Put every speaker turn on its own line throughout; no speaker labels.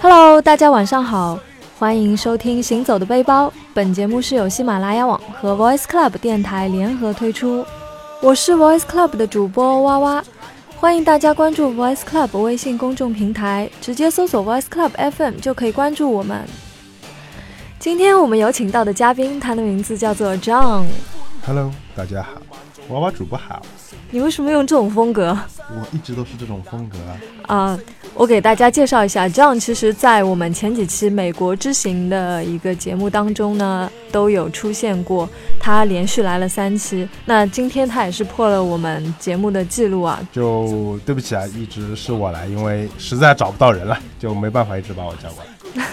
Hello，大家晚上好，欢迎收听《行走的背包》。本节目是由喜马拉雅网和 Voice Club 电台联合推出，我是 Voice Club 的主播哇哇。欢迎大家关注 Voice Club 微信公众平台，直接搜索 Voice Club FM 就可以关注我们。今天我们有请到的嘉宾，他的名字叫做 John。
Hello，大家好，娃娃主播好，
你为什么用这种风格？
我一直都是这种风格啊。
啊、我给大家介绍一下，John 其实在我们前几期美国之行的一个节目当中呢，都有出现过。他连续来了三期，那今天他也是破了我们节目的记录啊。
就对不起啊，一直是我来，因为实在找不到人了，就没办法一直把我叫过来。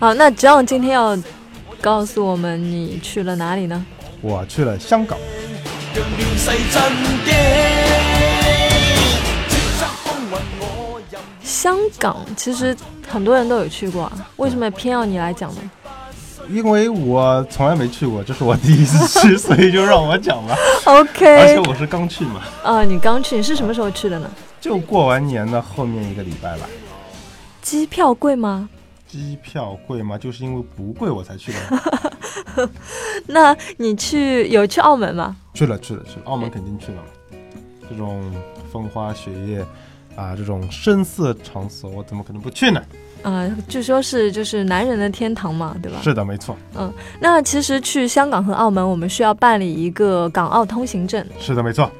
好，啊那 John 今天要告诉我们你去了哪里呢？
我去了香港，
让乱世震惊。叱咤风云我任
香港其实很多人都有去过啊，为什么偏要你来讲呢？
因为我从来没去过，这是我第一次去，所以就让我讲吧。而且
OK，
我是刚去嘛，
啊，你刚去，你是什么时候去的呢？
就过完年的后面一个礼拜吧。
机票贵吗？
机票贵吗？就是因为不贵我才去的。
那你去有去澳门吗？
去了去了去了，澳门肯定去了。这种风花雪月啊，这种声色场所，我怎么可能不去呢？
呃，据说是就是男人的天堂嘛，对吧？
是的，没错，
那其实去香港和澳门，我们需要办理一个港澳通行证，
是的，没错。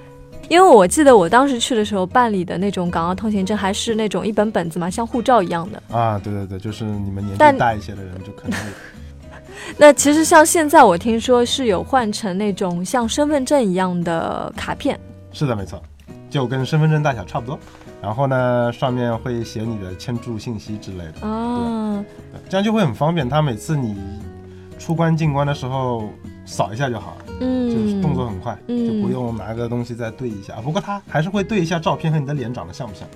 因为我记得我当时去的时候办理的那种港澳通行证，还是那种一本本子嘛，像护照一样的。
啊，对对对，就是你们年
但
纪大一些的人就可能会
那其实像现在我听说是有换成那种像身份证一样的卡片，
是的，没错，就跟身份证大小差不多。然后呢，上面会写你的签注信息之类的，
啊，
对这样就会很方便。他每次你出关进关的时候扫一下就好了，就是
嗯，
动作很快，
嗯
就不用拿个东西再对一下。不过他还是会对一下照片和你的脸长得像不像。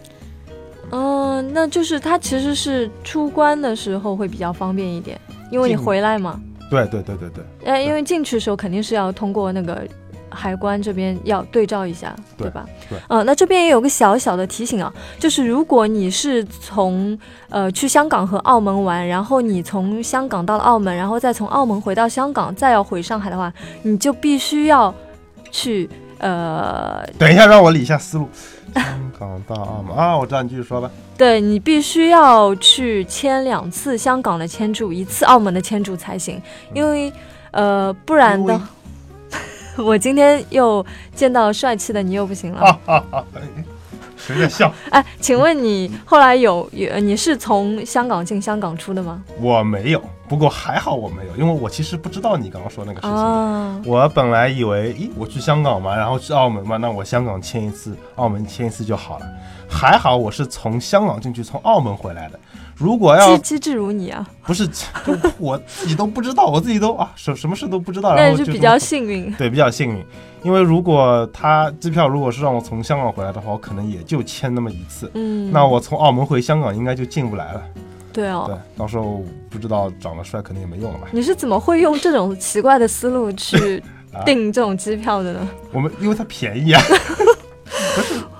嗯、那就是它其实是出关的时候会比较方便一点，因为你
进
回来嘛，
对对对对对
呃，因为进去的时候肯定是要通过那个海关这边要对照一下，
对
吧？
对
呃，那这边也有个小小的提醒啊，就是如果你是从呃去香港和澳门玩，然后你从香港到了澳门，然后再从澳门回到香港，再要回上海的话，你就必须要去呃，
等一下，让我理一 下思路。香港到澳门啊，我知道你继续说吧。
对你必须要去签两次香港的签注，一次澳门的签注才行，因为呃，不然的
因 为，
我今天又见到帅气的你又不行
哦
了。
谁在笑？
哎，请问你后来有有你是从香港进香港出的吗？
我没有，不过还好我没有，因为我其实不知道你刚刚说那个事情。
啊，
我本来以为，咦，我去香港嘛，然后去澳门嘛，那我香港签一次，澳门签一次就好了。还好我是从香港进去，从澳门回来的。如果要
机机智如你啊，
不是，就我自己都不知道，我自己都啊什什么事都不知道，然
那
后
也是
就
比
这么
较幸运。
对比较幸运，因为如果他机票如果是让我从香港回来的话，我可能也就签那么一次。
嗯，
那我从澳门回香港应该就进不来了。
对哦。
对，到时候不知道长得帅可能也没用了吧。
你是怎么会用这种奇怪的思路 去
啊
订这种机票的呢？
我们因为它便 宜啊，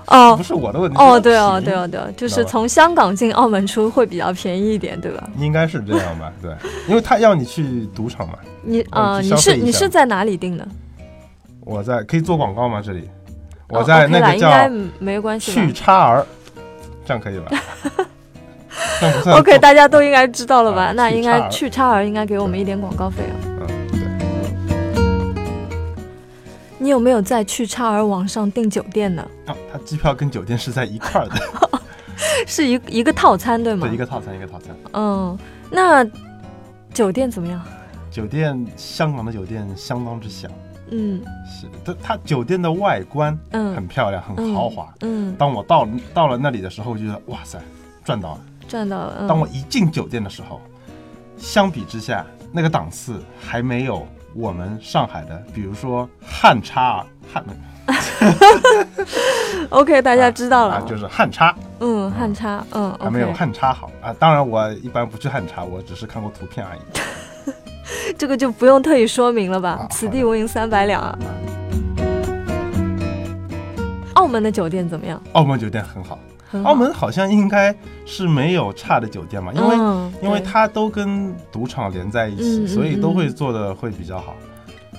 哦
不是我的问题。
哦，对哦，
便宜
对哦，对哦，就
知
是
道吧
从香港进澳门出会比较便宜一点，对吧？
应该是这样吧？对，因为他要你去赌场嘛。
你啊、
嗯去
你
消
是
费一
你
下
是在哪里订的？
我在可以做广告吗？这里，我
哦
在
OK
那
啦
个
应
叫
该没关系
去
吧
叉儿，这样可以吧？ 这样不算
？OK，
做
大家都应该知道了吧？
啊
那
去
应
差
该
额
去差额应该给我们一点广告费啊。
嗯，对，
你有没有在去差额网上订酒店呢？
啊，他机票跟酒店是在一块儿的，
是一一个套餐对吗？
对，一个套餐一个套餐。
嗯，那酒店怎么样？
酒店，香港的酒店相当之小，
嗯
是它它酒店的外观
嗯
很漂亮，很
嗯
豪华。
嗯，
当我到到了那里的时候，我觉得哇塞，赚到了。
赚到了。嗯、
当我一进酒店的时候，相比之下，那个档次还没有我们上海的，比如说汉差啊汉
OK，大家知道了。
啊，就是汉差
嗯，汉差，嗯
还没有
，OK，
汉差好啊。当然，我一般不去汉差，我只是看过图片而已。
这个就不用特意说明了吧
啊？
此
好
地
的
无银三百两啊。澳门的酒店怎么样？
澳门酒店很好，
很好
澳门好像应该是没有差的酒店嘛，因为、
嗯
因为
对
它都跟赌场连在一起，
嗯嗯
所以都会做的会比较好。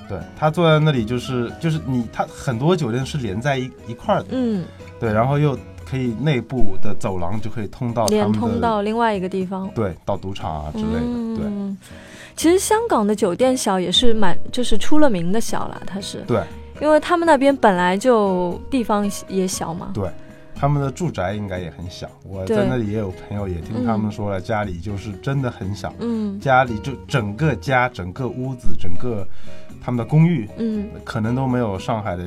对他坐在那里就是就是你他很多酒店是连在一一块儿的，
嗯，
对，然后又可以内部的走廊就可以通到哦他
连
们
通
的
到另外一个地方
对到赌场啊之类的，对
嗯其实香港的酒店小也是蛮，就是出了名的小啦，它是
对
因为他们那边本来就地方也小嘛，
对，他们的住宅应该也很小，我
对
在那里也有朋友也听他们说了，家里就是真的很小，
嗯
家里就整个家、整个屋子、整个他们的公寓，
嗯
可能都没有上海的，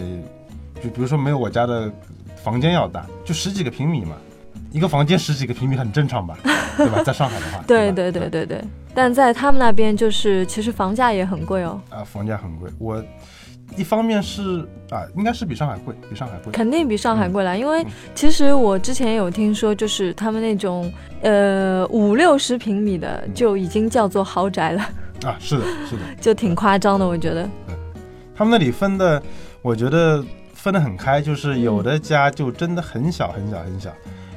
就比如说没有我家的房间要大，就十几个平米嘛，一个房间十几个平米很正常吧，对吧？在上海的话，
对
对
对
吧
对对对，但在他们那边就是其实房价也很贵哦，
啊、房价很贵，我一方面是啊，应该是比上海贵，比上海贵，
肯定比上海贵啦，因为
嗯
其实我之前有听说，就是他们那种呃五六十平米的
嗯
就已经叫做豪宅了，
啊，是的，是的，
就挺夸张的，我觉得。
他们那里分的，我觉得分得很开，就是有的家就真的很小很小很小，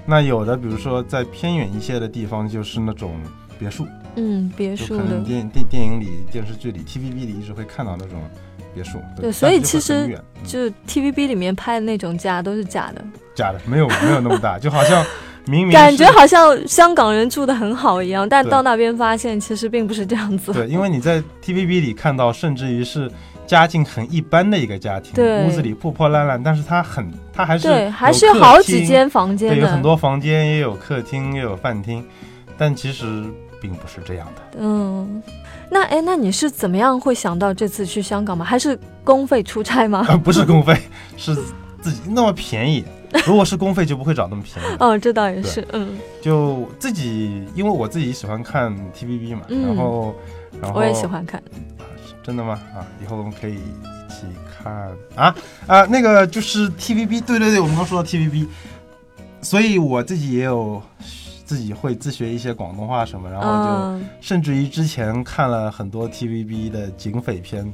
那有的比如说在偏远一些的地方，就是那种别墅，
嗯，别
就
墅
可能
的，
电电电影里、电视剧里、TVB 里一直会看到那种别墅。
对
对，
所以
但是就
其
会
实
很远嗯
就 TVB 里面拍的那种家都是假的，
假的没有没有那么大，就好像明明
感觉
是
好像香港人住的很好一样，但
对
到那边发现其实并不是这样子。
对，因为你在 TVB 里看到，甚至于是家境很一般的一个家庭，
对
屋子里破破烂烂，但是它很它还是
对，还是
有
有
客
好几
厅，
间房
对，
间
有很
的。
多房间，也有客厅，也有饭厅，但其实并不是这样的。
嗯，那哎，那你是怎么样会想到这次去香港吗？还是公费出差吗？
呃，不是公费，是自己那么便宜。如果是公费，就不会找那么便宜的。
哦，这倒也
对
是，嗯，
就自己，因为我自己喜欢看 TVB 嘛，
嗯
然后，然后
我也喜，欢看。
真的吗？啊，以后我们可以一起看啊啊，那个就是 TVB，对对对，我们刚说到 TVB，所以我自己也有自己会自学一些广东话什么，然后就
嗯，
甚至于之前看了很多 TVB 的警匪片，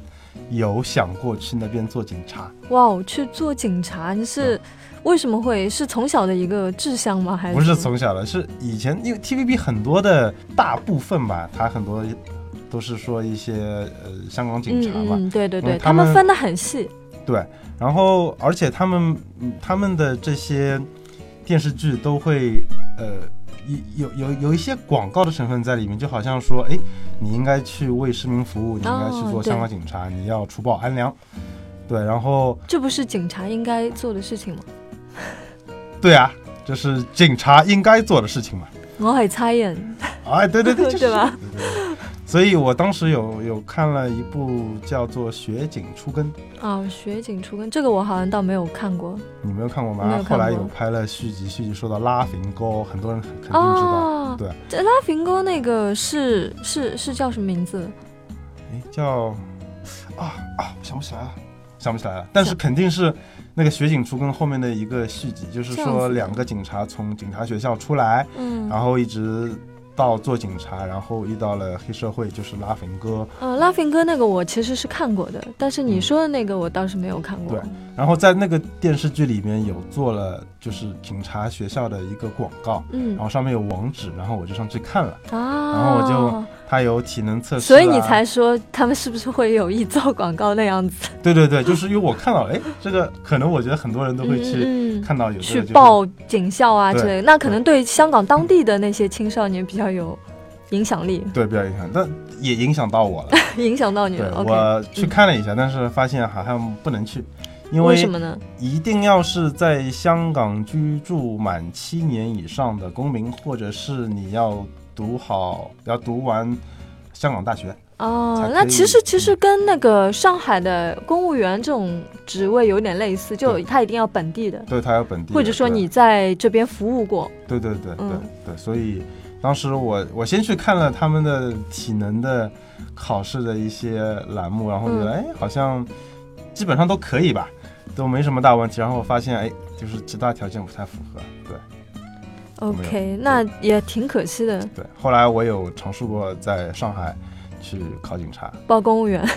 有想过去那边做警察，
哇哦，去做警察，你是为什么会是从小的一个志向吗？还是
嗯不
什
是
么
从小的，是以前因为 TVB 很多的大部分吧，它很多都是说一些呃香港警察嘛，
嗯嗯，对对
因为
对，
他
他们
们
分得很细。
对，然后而且他们嗯他们的这些电视剧都会呃有有有有一些广告的成分在里面，就好像说，哎，你应该去为市民服务，你应该去做
哦
香港警察，你要除暴安良，对，然后
这不是警察应该做的事情吗？
对啊，这是警察应该做的事情嘛。
我很猜眼，
哎，对对对，就 是
对吧？
对对对所以我当时有有看了一部叫做《雪警初根》，
啊，雪警出根，这个我好像倒没有看过。
你没有看过
没有
吗？
看过
后来有拍了续集，续集说到拉菲沟，很多人肯定知道。
哦，
对，
这拉平哥那个是是是叫什么名字？
哎，叫啊啊，想不起来了，想不起来了。但是肯定是那个《雪警初根》后面的一个续集，就是
这样子
说
的
两个警察从警察学校出来，
嗯，
然后一直到做警察，然后遇到了黑社会，就是拉菲哥。
呃，拉平哥那个我其实是看过的，但是你
嗯
说的那个我倒是没有看过
对。然后在那个电视剧里面有做了就是警察学校的一个广告，
嗯
然后上面有网址，然后我就上去看了，
啊，
哦然后我就它有体能测试、啊，
所以你才说他们是不是会有意做广告那样子？
对对对，就是因为我看到了，哎，这个可能我觉得很多人都会去
嗯嗯嗯
看到有这
去
个、就是、
报警校啊之
对
类的，那可能对香港当地的那些青少年比较有影响力，
对，比较影响，但也影响到我了。
影响到你
对
了。OK，嗯
我去看了一下，但是发现好像不能去，因
为
为
什么呢？
一定要是在香港居住满七年以上的公民，或者是你要读好，要读完香港大学。
哦
才，
那
可
其
以
实其实跟那个上海的公务员这种职位有点类似，就
对
他一定要本地的，
对，他有本地的，
或者说你在这边服务过。
对对对对对
嗯
对，所以当时我我先去看了他们的体能的考试的一些栏目，然后觉
嗯
得哎好像基本上都可以吧，都没什么大问题。然后我发现哎就是其他条件不太符合，对。
OK，那也挺可惜的，
对，后来我有尝试过在上海去考警察，
报公务员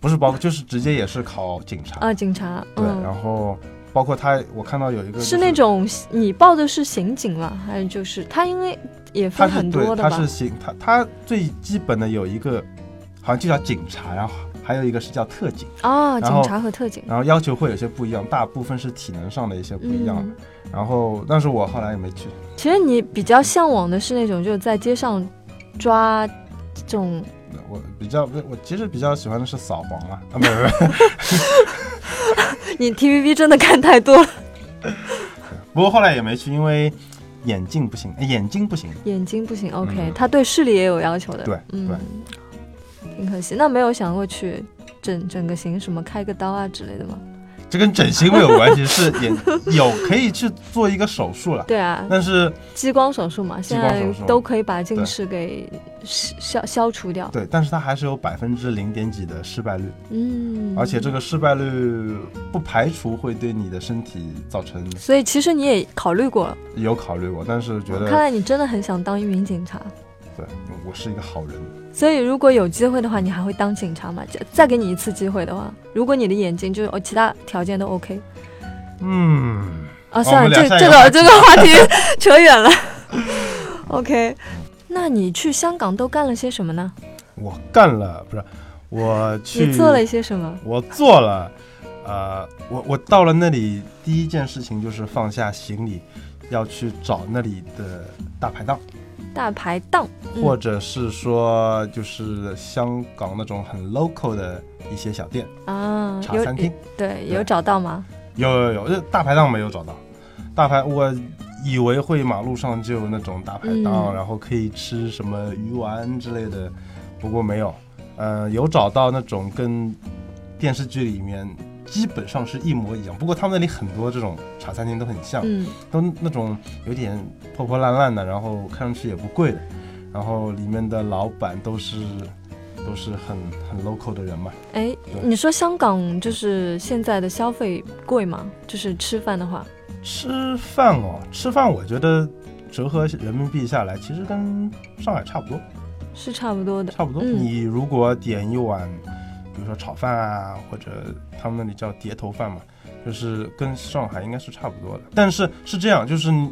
不是包，就是直接也是考警察。
啊，警察。
对，
嗯
然后包括他，我看到有一个、就是
那种你报的是刑警吗？还是就是他因为也
他
分
是
很
对
多的
他
吧
是？刑他他最基本的有一个好像就叫警察，然后还有一个是叫特警，
哦，
然后
警察和特警
然后要求会有些不一样，大部分是体能上的一些不一样。
嗯
然后，但是我后来也没去，
其实你比较向往的是那种就是在街上抓这种
我比较我其实比较喜欢的是扫黄啊，啊，不是不 是，
你 TVB 真的看太多了，
不过后来也没去，因为眼镜不行，哎眼睛不行，
眼睛不行。OK，、
嗯
他对视力也有要求的。
对对
嗯，挺可惜。那没有想过去整整个形什么开个刀啊之类的吗？
这跟整形没有关系，是眼 有可以去做一个手术了，
对啊，
但是
激光手术嘛，
激
现
光
在
手术
都可以把近
对
视给消消除掉。
对，但是它还是有百分之零点几的失败率，
嗯，
而且这个失败率不排除会对你的身体造成
所以其实你也考虑过了，
有考虑过，但是觉
看
得
来你真的很想当一名警察。
对我是一个好人，
所以如果有机会的话，你还会当警察吗？再再给你一次机会的话，如果你的眼睛就是哦，其他条件都 OK
嗯。
啊，
哦
算
我
了，
们
这
俩
这
下
个
一
这个 话题 扯远了。OK，那你去香港都干了些什么呢？
我干了，不是我去
你做了一些什么？
我做了，呃，我我到了那里第一件事情就是放下行李，要去找那里的大排档，
大排档，嗯
或者是说就是香港那种很 local 的一些小店、
啊，
茶
有
餐厅。
对
对
有找到吗？
有有有，这大排档没有找到，大排我以为会马路上就有那种大排档，
嗯
然后可以吃什么鱼丸之类的，不过没有。呃，有找到那种跟电视剧里面基本上是一模一样，不过他们那里很多这种茶餐厅都很像，
嗯，
都那种有点破破烂烂的，然后看上去也不贵的，然后里面的老板都是都是很很 local 的人嘛，
哎，你说香港就是现在的消费贵吗？就是吃饭的话，
吃饭哦，吃饭我觉得折合人民币下来，其实跟上海差不多，
是差不多的。
差不多。
嗯
你如果点一碗，比如说炒饭啊，或者他们那里叫碟头饭嘛，就是跟上海应该是差不多的。但是是这样，就是你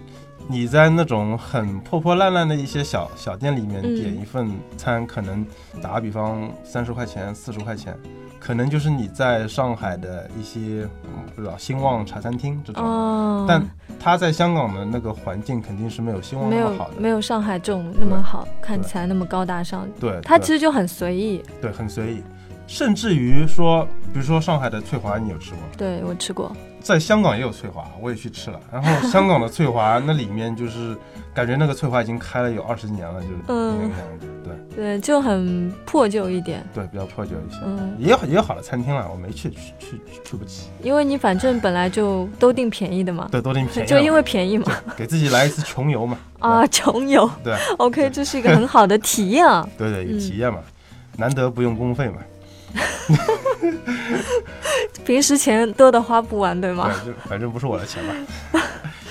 你在那种很破破烂烂的一些小小店里面
嗯
点一份餐，可能打个比方三十块钱、四十块钱。可能就是你在上海的一些，嗯不知道兴旺茶餐厅这种，
哦，
但他在香港的那个环境肯定是没有兴旺
没
那
有
么好的，
没有上海这种那么好，看起来那么高大上。
对，
它
对
其实就很随意。
对很随意，甚至于说，比如说上海的翠华，你有吃过吗？
对我吃过，
在香港也有翠华，我也去吃了。然后香港的翠华那里面就是感觉那个翠华已经开了有二十年了，就是
嗯
那个样子，对
对，就很破旧一点。
对，比较破旧一些。
嗯，
也有也有好的餐厅了，我没去，去去去不起。
因为你反正本来就都订便宜的嘛，
对，都挺便宜
就
了
因
嘛
为便宜嘛。
给自己来一次穷游嘛。
啊，穷游。
对
OK，这是一个很好的体验啊。
对对，
嗯
有体验嘛，难得不用公费嘛。
平时钱多的花不完，对吗？
反正反正不是我的钱嘛，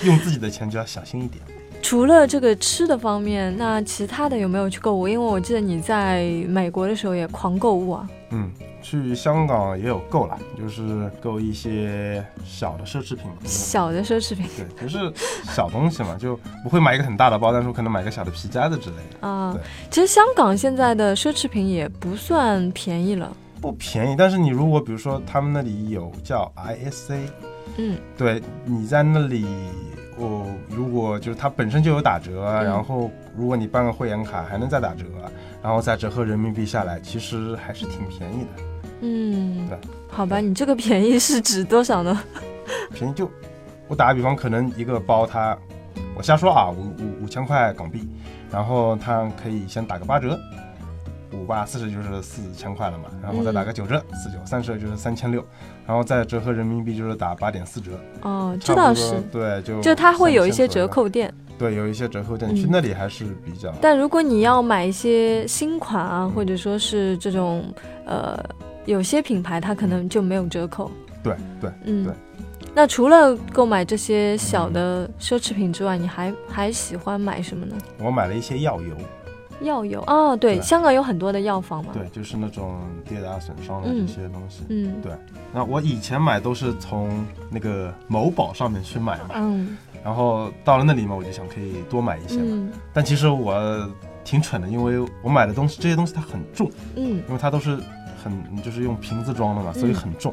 用自己的钱就要小心一点。
除了这个吃的方面，那其他的有没有去购物？因为我记得你在美国的时候也狂购物啊。
嗯，去香港也有购啦，就是购一些小的奢侈品，
小的奢侈品
对，就是小东西嘛，就不会买一个很大的包，但是我可能买个小的皮夹子之类的，
啊
对，
其实香港现在的奢侈品也不算便宜了。
不便宜。但是你如果比如说他们那里有叫 ISA，
嗯，
对，你在那里，我、如果就是它本身就有打折，啊
嗯
然后如果你办个会员卡还能再打折，啊然后再折合人民币下来，其实还是挺便宜的。
嗯
对，
好吧，你这个便宜是指多少呢？
便宜就，我打个比方，可能一个包它，我瞎说啊，五五五千块港币，然后它可以先打个八折，五八四十就是四千块了嘛，然后再打个九折，
嗯
四九三十就是三千六，然后再折合人民币就是打八点四折，
哦，
差
这
不
倒
多
是，
对，就
就它会有一
3000左
些
右
折，扣店，
对，有一些折扣店，
嗯
去那里还是比较，
但如果你要买一些新款啊，或者说是这种呃，有些品牌它可能就没有折扣。
对对，
嗯
对，
那除了购买这些小的奢侈品之外，你还还喜欢买什么呢？哦
我买了一些药油，
药油啊，对，
对
香港有很多的药房嘛。
对，就是那种跌打损伤的
嗯
这些东西。
嗯
对那我以前买都是从那个某宝上面去买嘛，
嗯
然后到了那里嘛，我就想可以多买一些嘛。
嗯
但其实我挺蠢的，因为我买的东西这些东西它很重，
嗯
因为它都是很就是用瓶子装的嘛，所以很
嗯
重。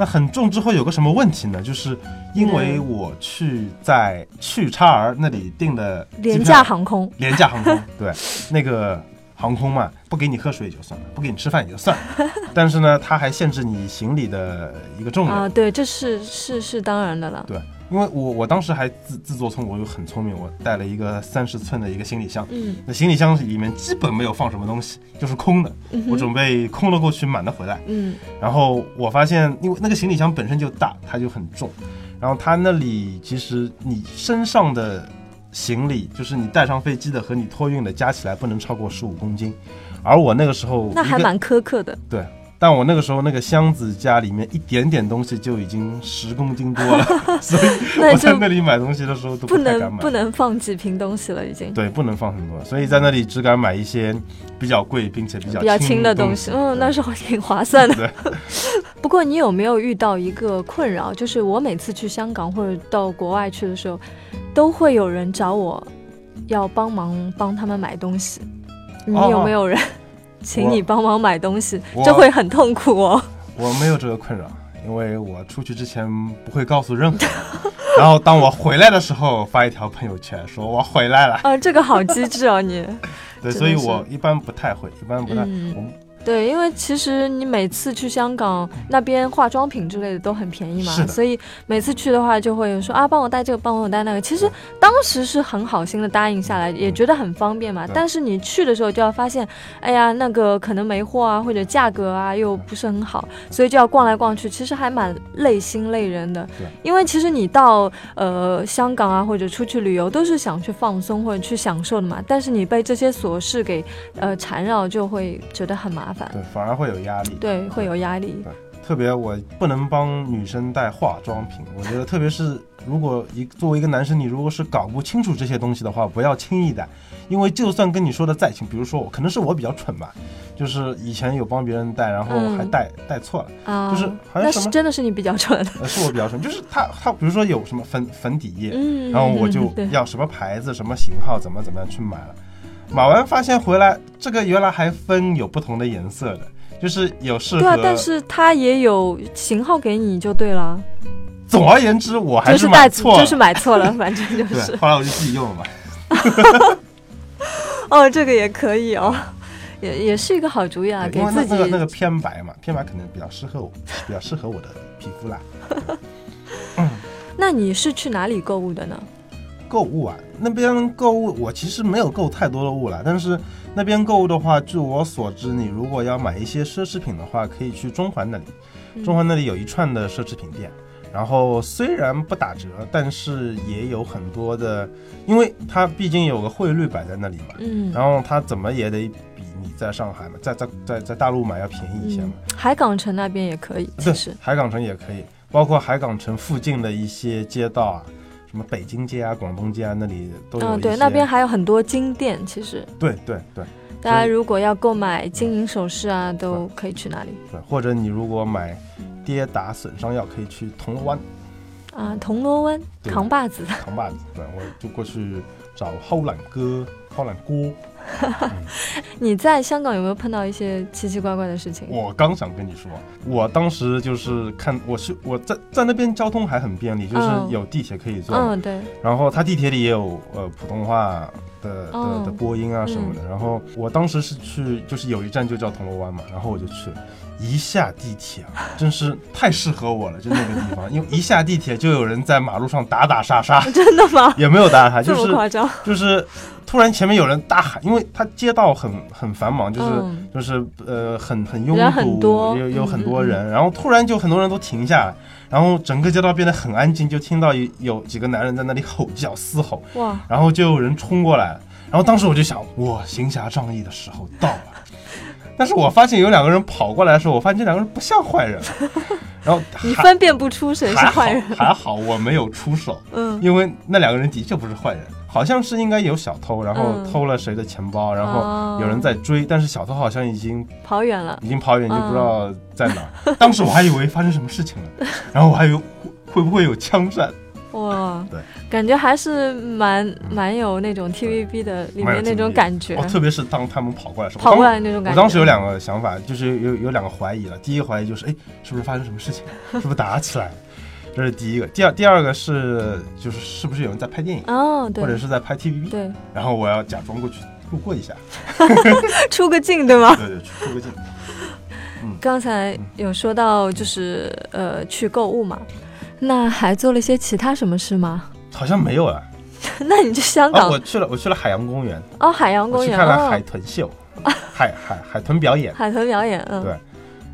那很重之后有个什么问题呢？就是因为
嗯
我去在去叉儿那里订的机票
廉价航空，
廉价航空，对，那个航空嘛，不给你喝水也就算了，不给你吃饭也就算了，但是呢，它还限制你行李的一个重量。
啊，对，这是是是当然的了。
对，因为我我当时还自自作聪明，我又很聪明，我带了一个三十寸的一个行李箱，
嗯
那行李箱里面基本没有放什么东西，就是空的，
嗯
我
哼
准备空了过去，满的回来。
嗯
然后我发现，因为那个行李箱本身就大，它就很重，然后它那里其实你身上的行李，就是你带上飞机的和你托运的加起来不能超过十五公斤，而我那个时候
那
一
还
个，
蛮苛刻的。
但我那个时候那个箱子家里面一点点东西就已经十公斤 多了，所以
那
我
就
在那里买东西的时候都
不
太敢
能
买，
不能放几瓶东西了，已经
对，不能放很多，所以在那里只敢买一些比较贵并且比较
比较
轻
轻的
东
西，嗯，
对
那是挺划算的
对。
不过你有没有遇到一个困扰？就是我每次去香港或者到国外去的时候，都会有人找我要帮忙帮他们买东西。你
哦
有没有人 请
我
你帮忙买东西？
我
这会很痛苦哦。
我没有这个困扰，因为我出去之前不会告诉任何人。然后当我回来的时候，发一条朋友圈说我回来了。
啊，这个好机智哦，你。
对，
真的
所以
是
我一般不太会，一般不太。
嗯
我
对，因为其实你每次去香港那边化妆品之类的都很便宜嘛
嗯是，的
所以每次去的话就会说啊，帮我带这个，帮我带那个。其实当时是很好心的答应下来，也觉得很方便嘛。
嗯对
但是你去的时候就要发现，哎呀，那个可能没货啊，或者价格啊又不是很好，所以就要逛来逛去，其实还蛮累心累人的
对。
因为其实你到呃香港啊或者出去旅游都是想去放松或者去享受的嘛，但是你被这些琐事给呃缠绕，就会觉得很麻烦。
对，反而会有压力。
对，会有压力。
特别我不能帮女生带化妆品，我觉得特别是如果一作为一个男生，你如果是搞不清楚这些东西的话，不要轻易带，因为就算跟你说的再清，比如说我可能是我比较蠢吧，就是以前有帮别人带，然后还
嗯
带、带错了，
啊，
就是好像
那
什
是
么
真的是你比较蠢。
呃是我比较蠢，就是他他比如说有什么粉粉底液，
嗯，
然后我就
对，
要什么牌子、什么型号、怎么怎么样去买了。买完发现回来，这个原来还分有不同的颜色的，就是有适合。
对啊，但是它也有型号给你就对了，
总而言之，我还
就是带
买错了。
就是买错了，反正就
对，
是。
后来我就自己用了嘛。
哦，这个也可以哦，也也是一个好主意啊，
对
给
因为那
自己
那个那个偏白嘛，偏白可能比较适合我，比较适合我的皮肤啦。
那你是去哪里购物的呢？
购物啊，那边购物我其实没有购太多的物啦，但是那边购物的话，据我所知，你如果要买一些奢侈品的话，可以去中环那里。
嗯
中环那里有一串的奢侈品店，然后虽然不打折，但是也有很多的，因为它毕竟有个汇率摆在那里嘛，
嗯，
然后它怎么也得比你在上海嘛，在在在在大陆买要便宜一些嘛
嗯。，海港城那边也可以， 其
对
实，
海港城也可以，包括海港城附近的一些街道啊，什么北京街啊、广东街啊，那里都有一些。
嗯，对，那边还有很多金店，其实
对对对
大家如果要购买金银首饰啊，都可以去那里
对，或者你如果买跌打损伤药，可以去铜锣湾
啊，铜锣湾
对
扛把子。
扛把子。对，我就过去找浩懒哥、浩懒
嗯
哥。
你在香港有没有碰到一些奇奇怪怪的事情？
我刚想跟你说，我当时就是看我是我在在那边交通还很便利，就是
嗯
有地铁可以坐嘛，
嗯，对，
然后它地铁里也有呃普通话的
哦
的的播音啊什么的。然后我当时是去，就是有一站就叫铜锣湾嘛，然后我就去了。一下地铁啊，真是太适合我了，就那个地方，因为一下地铁就有人在马路上打打杀杀，
真的吗？
也没有打打杀，
这
啊就
么
是
夸张？
就是突然前面有人大喊，因为他街道很很繁忙，就是。
嗯
就是呃很很拥
人
堵，
很多
有
嗯
有很多
嗯嗯
人，然后突然就很多人都停下来，然后整个街道变得很安静，就听到有有几个男人在那里吼叫嘶吼，
哇，
然后就有人冲过来了，然后当时我就想，我行侠仗义的时候 到了。但是我发现有两个人跑过来的时候，我发现这两个人不像坏人，然后
你
还
分辨不出谁是
还好
坏人。
还好我没有出手，
嗯
因为那两个人的确不是坏人，好像是应该有小偷，然后
嗯哦
偷了谁的钱包，然后
后
有人在追，但是小偷好像已经
跑远了，
已经跑远，就不知
哦
道在哪儿。当时我还以为发生什么事情了，然后我还以为会会不会有枪战，
哇，
对，
感觉还是蛮蛮有那种 TVB 的里
蛮
面
有
那种
TVB
感觉，
哦，特别是当他们跑过来的时候，
跑过
当
来那种感
我
觉。
当时有两个想法，就是有有两个怀疑了。第一个怀疑就是，哎，是不是发生什么事情？是不是打起来了？这是第一个。第二第二个是，就是是不是有人在拍电影，
哦，
或者
对
是在拍 TVB？
对，
然后我要假装过去路过 一下，
出个镜对吗？
对对，出个镜。
刚才
嗯
有说到就是呃去购物嘛，那还做了一些其他什么事吗？
好像没有啊。
那你去香
啊，
港
我去了，我去了海洋公园，
哦，海洋
我
公
去
园
看了海
哦，
豚秀， 海海海豚表演，
海豚表演，嗯
对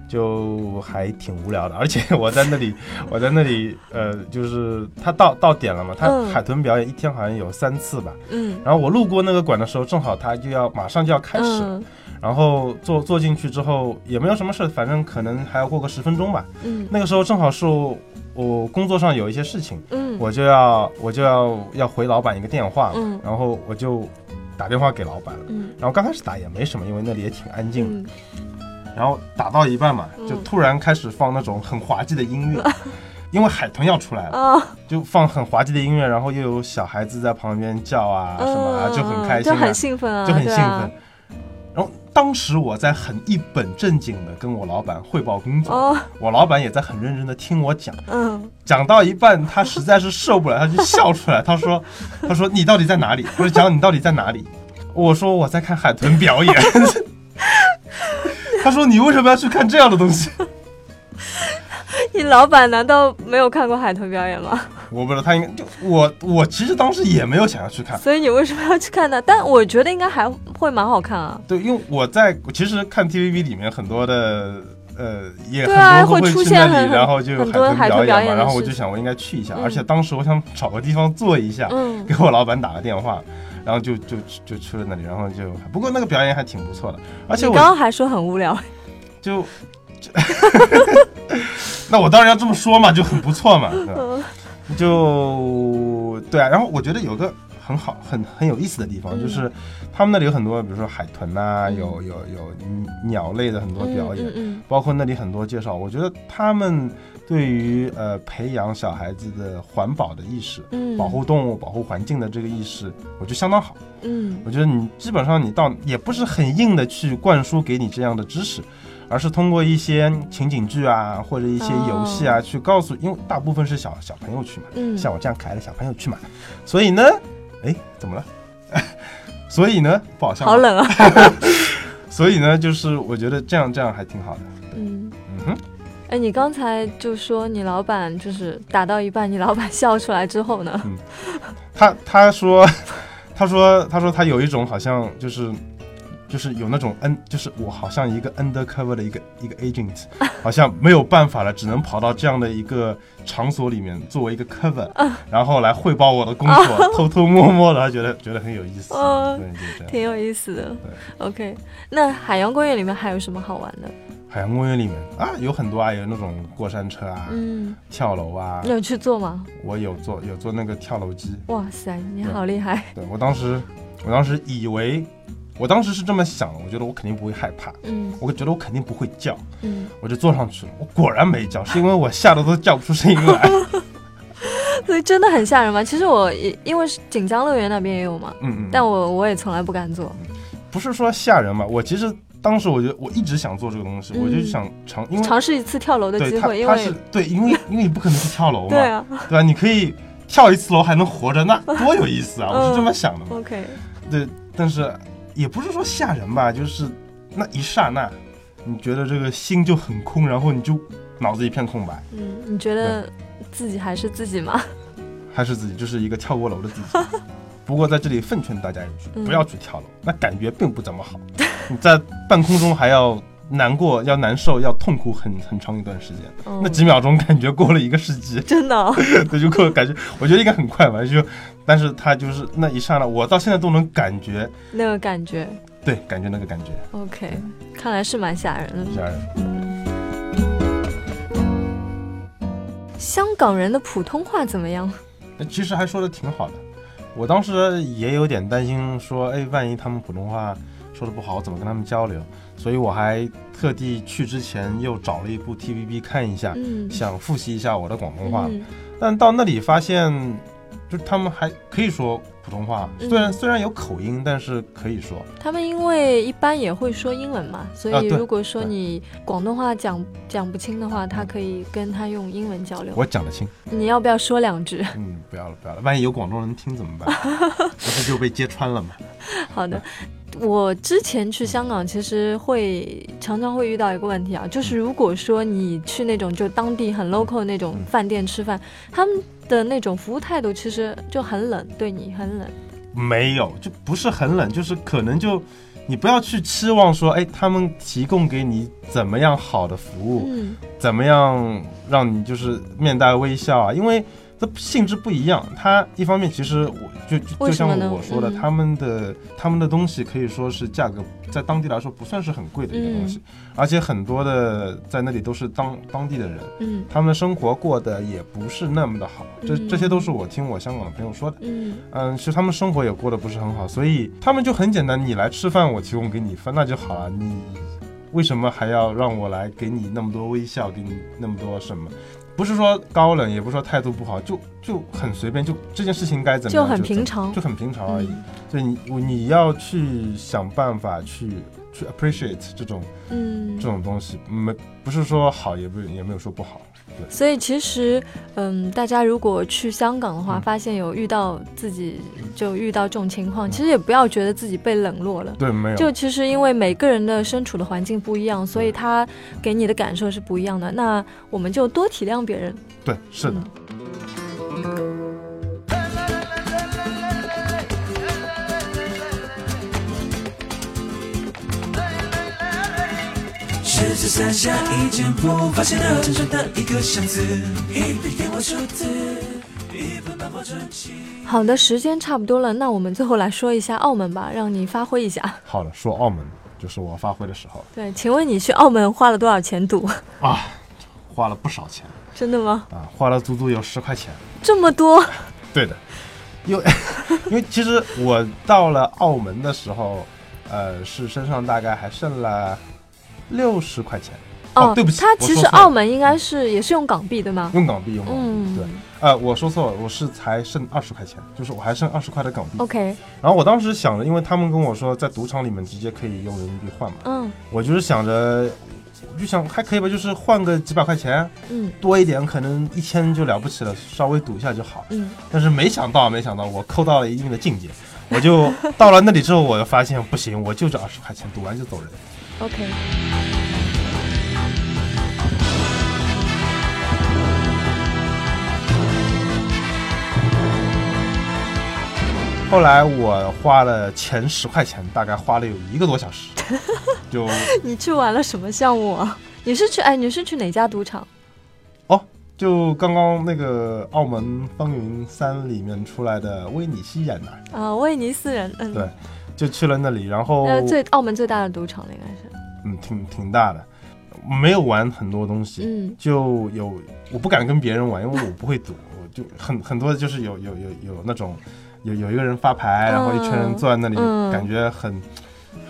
就还挺无聊的。 而且我在那里，我在那里，呃，就是他到到点了嘛，他
嗯
海豚表演一天好像有三次吧。
嗯
然后我路过那个馆的时候，正好他就要马上就要开始，
嗯
然后坐坐进去之后也没有什么事，反正可能还要过个十分钟吧。
嗯
那个时候正好是我我工作上有一些事情，
嗯，
我就要我就要要回老板一个电话，
嗯
然后我就打电话给老板了。
嗯
然后刚开始打也没什么，因为那里也挺安静的。
嗯
然后打到一半嘛，
嗯
就突然开始放那种很滑稽的 音乐，因为海豚要出来了，
哦，
就放很滑稽的音乐，然后又有小孩子在旁边叫啊什么啊，
嗯
就很开
就
心、啊，
很兴奋啊，
就很
对
兴
啊
奋。然后当时我在很一本正经的跟我老板汇报工作，
哦，
我老板也在很认真的听我讲，
嗯，
讲到一半他实在是受不了，他就笑出来，他说：“ 他说你到底在哪里？”我说：“讲你到底在哪里？”我说：“我在看海豚表演。” 他说：“你为什么要去看这样的东西
你老板难道没有看过海豚表演吗？？”
我不知道，他应该就我我其实当时也没有想要去 看，
所以你为什么要去看呢？但我觉得应该还会蛮好看啊。
对，因为我在其实看 TVB 里面很多的呃，也
对啊
很多
会
会
出
去
现
那
很
里，然后就有
很多海豚
豚
表
表
演
嘛，
的
然后我
事
就
情
想我应该去一下，
嗯
而且当时我想找个地方坐一下，
嗯
给我老板打个电话，然后就就就去了那里，然后就不过那个表演还挺不错的，而且
你刚
我
刚还说很无聊，
就。 就那我当然要这么说嘛，就很不 错嘛，对吧
嗯
就对啊，然后我觉得有个很好、很很有意思的地方，
嗯
就是他们那里有很多，比如说海豚呐、
嗯
有有有鸟类的很多表演，
嗯嗯
包括那里很多介绍。我觉得他们对于呃培养小孩子的环保的意识。
嗯，嗯
保护动物、保护环境的这个意识，我觉得相当好。
嗯
我觉得你基本上你到也不是很硬的去灌输给你这样的知识，而是通过一些情景剧啊或者一些游戏啊、去告诉，因为大部分是小小朋友去嘛，
哦嗯，
像我这样可爱的小朋友去买，所以呢，哎，怎么了？ 所以呢，不好笑吗
好。冷啊。
所以呢，就是我觉得这样这样还挺好的。
嗯，
嗯哼，
哎，你刚才就说你老板就是打到一半，你老板笑出来之后呢？
嗯他他说，他说他说他有一种好像就是。就是有那种 n，就是我好像一个 undercover 的一个一个 agent，好像没有办法了，只能跑到这样的一个场所里面作为一个 cover，、然
嗯
后来汇报我的工作，偷偷摸摸的，他觉得觉得很有意思，
哦
对，就是这 样。
挺有意思的。OK，那海洋公园里面还有什么好玩的？
海洋公园里面啊，有很多啊，有那种过山车啊、
嗯，
跳楼啊
你，有去做吗？
我有坐有坐那个跳楼机。
哇塞，你好厉害！
对我当时，我当时以为，我当时是这么想的，我觉得我肯定不会害怕，
嗯
我觉得我肯定不会叫，
嗯，
我就坐上去了。我果然没叫，是因为我吓得都叫不出声 音来。 嗯
所以真的很吓人吗？其实我也因为是锦江乐园那边也有嘛，
嗯嗯，
但我我也从来不敢做。
不是说吓人嘛，我其实当时我觉得我一直想做这个东西，
嗯
我就想尝，因为
尝试一次跳楼的机
对他
会，因
他是
为
对， 因为因为你不可能去跳楼嘛，
对啊
对吧？你可以跳一次楼还能活 着，那多有意
嗯
思啊！我是这么想的嘛。
，OK，
对，但是也不是说吓人吧，就是那一刹那，你觉得这个心就很空，然后你就脑子一片空白，
嗯，你觉得自己还是自己吗？
还是自己就是一个跳过楼的自己。不过在这里奉劝大家一句，
嗯
不要去跳楼，那感觉并不怎么好。你在半空中还要难过、要难受、要痛苦很很长一段时间，
哦
那几秒钟感觉过了一个世纪。
真的 哦，
对，就过感觉，我觉得应该很快吧，就，但是他就是那一刹那，我到现在都能感觉，
那个感觉
对，感觉那个感觉，
，OK，看来是蛮吓人的。
吓人。
香港人的普通话怎么样？
那其实还说的挺好的，我当时也有点担心，说，哎，万一他们普通话说的不好，我怎么跟他们交流？所以我还特地去之前又找了一部 TVB 看一下，
嗯，
想复习一下我的广东啊话。
嗯
但到那里发现，就是他们还可以说普通话，
嗯
虽然虽然有口音，但是可以说。
他们因为一般也会说英文嘛，所
啊
以
对
如果说
对嗯
你广东话讲讲不清的话，他可以跟他用英文交流。
我讲得清，
你要不要说两句？
嗯，不要了，不要了，万一有广东人听怎么 办？不是就被揭穿了吗？
好的，我之前去香港其实会常常会遇到一个问题啊，就是如果说你去那种就当地很 local 那种
嗯
饭店吃饭，他们的那种服务态度其实就很冷，对你很冷。
没有，就不是很冷，就是可能就你不要去期望说，哎，他们提供给你怎么样好的服务，
嗯
怎么样让你就是面带微笑啊，因为这性质不一样。它一方面其实我就就
为什
就像
么呢
我说的，
嗯
他们的他们的东西可以说是价格在当地来说不算是很贵的一个东西，
嗯
而且很多的在那里都是当当地的人，
嗯
他们的生活过得也不是那么的好，这
嗯
这些都是我听我香港的朋友说的。
嗯，
嗯，其实他们生活也过得不是很好，所以他们就很简单，你来吃饭，我提供给你饭，那就好了。你为什么还要让我来给你那么多微笑，给你那么多什么？不是说高冷，也不是说态度不好，就就很随便，就这件事情该怎么
就
样
很
怎么
平常
就。很平常而已。
嗯
所以你我你要去想办法去去 appreciate 这种
嗯
这，种东西，没不是说好，也不也没有说不好。
所以其实，嗯，大家如果去香港的话，
嗯
发现有遇到自己就遇到这种情
嗯
况，其实也不要觉得自己被冷落了。
对，没有。
就其实因为每个人的身处的环境不一样，所以他给你的感受是不一样的。那我们就多体谅别人。
对，是
嗯
的，
十指山下一件破，发现了沉船的一个箱子，一笔电话数字，一本漫画传奇。
好的，时间差不多了，那我们最后来说一下澳门吧，让你发挥一 下。
好了，说澳门就是我发挥的时候了
对，请问你去澳门花了多少钱赌？
啊，花了不少钱。
真的吗？
啊，花了足足有十块钱。
这么多？
对的，因为 因为其实我到了澳门的时候，呃，是身上大概还剩了六十块钱。哦对不起
他
我
其实
说错了
澳门应该是也是用港币对吗？
用港币，用港币，
嗯
对，呃，我说错了，我是才剩二十块钱，就是我还剩二十块的港币。
OK，
然后我当时想着，因为他们跟我说在赌场里面直接可以用人民币换嘛，
嗯
我就是想着，我就想还可以吧，就是换个几百块钱，
嗯
多一点可能一千就了不起了，稍微赌一下就好。
嗯，
但是没想到，没想到我抠到了一定的境界，我就到了那里之后，我就发现不行，我就这二十块钱赌完就走人。
OK，
后来我花了前十块钱，大概花了有一个多小 时，就
你去玩了什么项目啊？你是去哎，你是去哪家赌场？
哦就刚刚那个澳门《风云三》里面出来的威尼西演的，
啊、威尼斯人，嗯，
对哦就去了那里，然后
呃，最澳门最大的赌场了，应该是，
嗯挺挺大的，没有玩很多东西，
嗯
就有我不敢跟别人玩，因为我不 会赌，我就很很多就是有有有有那种有有一个人发牌，然后一群人坐在那里，
嗯
感觉很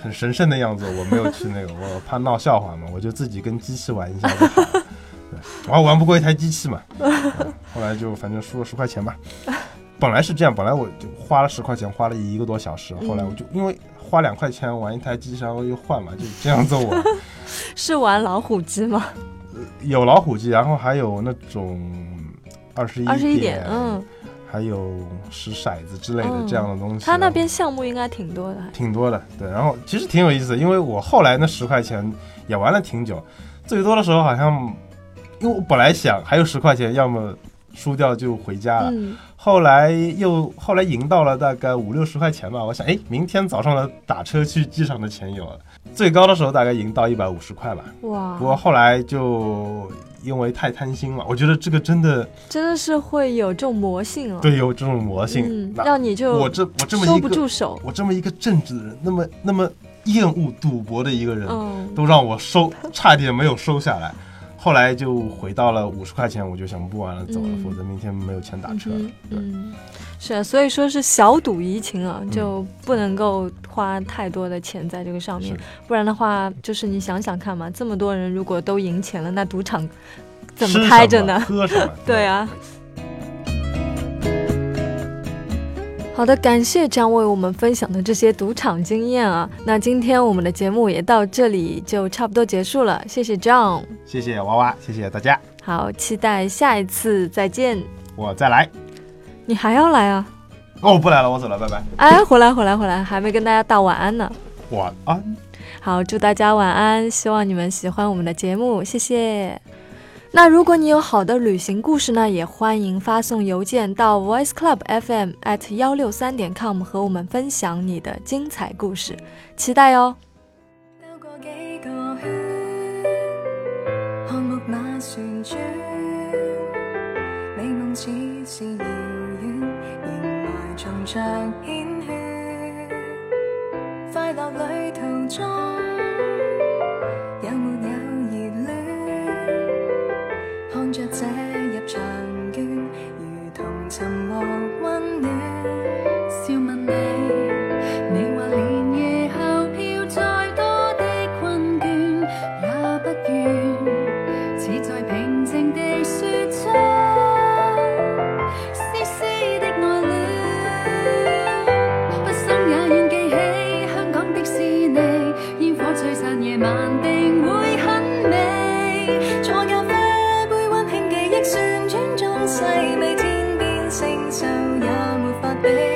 很神圣的样子。我没有去那个，我怕闹笑话嘛，我就自己跟机器玩一下就好 了。对，然后玩不过一台机器嘛， 嗯后来就反正输了十块钱吧。本来是这样，本来我就花了十块钱，花了一个多小时。后来我就因为花两块钱玩一台机器，然后又换嘛，就这样子我。
是玩老虎机吗？
有老虎机，然后还有那种二十一
二十一点，嗯，
还有石骰子之类的
嗯
这样的东西。啊
他那边项目应该挺多的，还
挺多的，对，然后其实挺有意思的，因为我后来那十块钱也玩了挺久，最多的时候好像，因为我本来想还有十块钱，要么输掉就回家了，
嗯，
后来又后来赢到了大概五六十块钱吧，我想，哎，明天早上的打车去机场的钱有了，最高的时候大概赢到一百五十块吧，不过
哇，
后来就因为太贪心了，我觉得这个真的
真的是会有这种魔性哦，
对有这种魔
嗯
性。，那
让你就
我这我这么
收
一
不
个
住手，
我这么一个正直的人，那么那么厌恶赌博的一个人，
嗯，
都让我收差点没有收下来。后来就回到了五十块钱，我就想不玩了，走了，
嗯
否则明天没有钱打车了
嗯哼
对，
嗯，是啊，所以说是小赌怡情
嗯
啊，就不能够花太多的钱在这个上面
是，
不然的话，就是你想想看嘛，这么多人如果都赢钱了，那赌场怎
吃
么
什
开着呢？？
喝什么
对啊。好的，感谢张为我们分享的这些赌场经验啊。那今天我们的节目也到这里就差不多结束了，谢谢 John。
嗯谢谢娃娃，谢谢大家，
好，期待下一次再见。
我再来。
你还要来啊？
哦，不来了，我走了，拜拜。
哎，回来回来回来，还没跟大家道晚安呢。
晚安。
好，祝大家晚安，希望你们喜欢我们的节目，谢谢。那如果你有好的旅行故事呢，也欢迎发送邮件到 voiceclubfm at 幺六三点 com 和我们分享你的精彩故事，期待哦。
兜過幾個圈，看木馬旋轉，美夢似是遙遠，原來從像牽牽。快樂旅途中，有沒有熱戀？看着這入場券，如同尋獲温暖。笑問你。你話連夜後票再多的困倦也不倦，似在平靜地説出絲絲的愛戀。不生也願記起香港的是你，煙火璀璨夜晚定會很美。坐咖啡杯溫馨記憶旋轉中細味，天邊星宿也沒法比。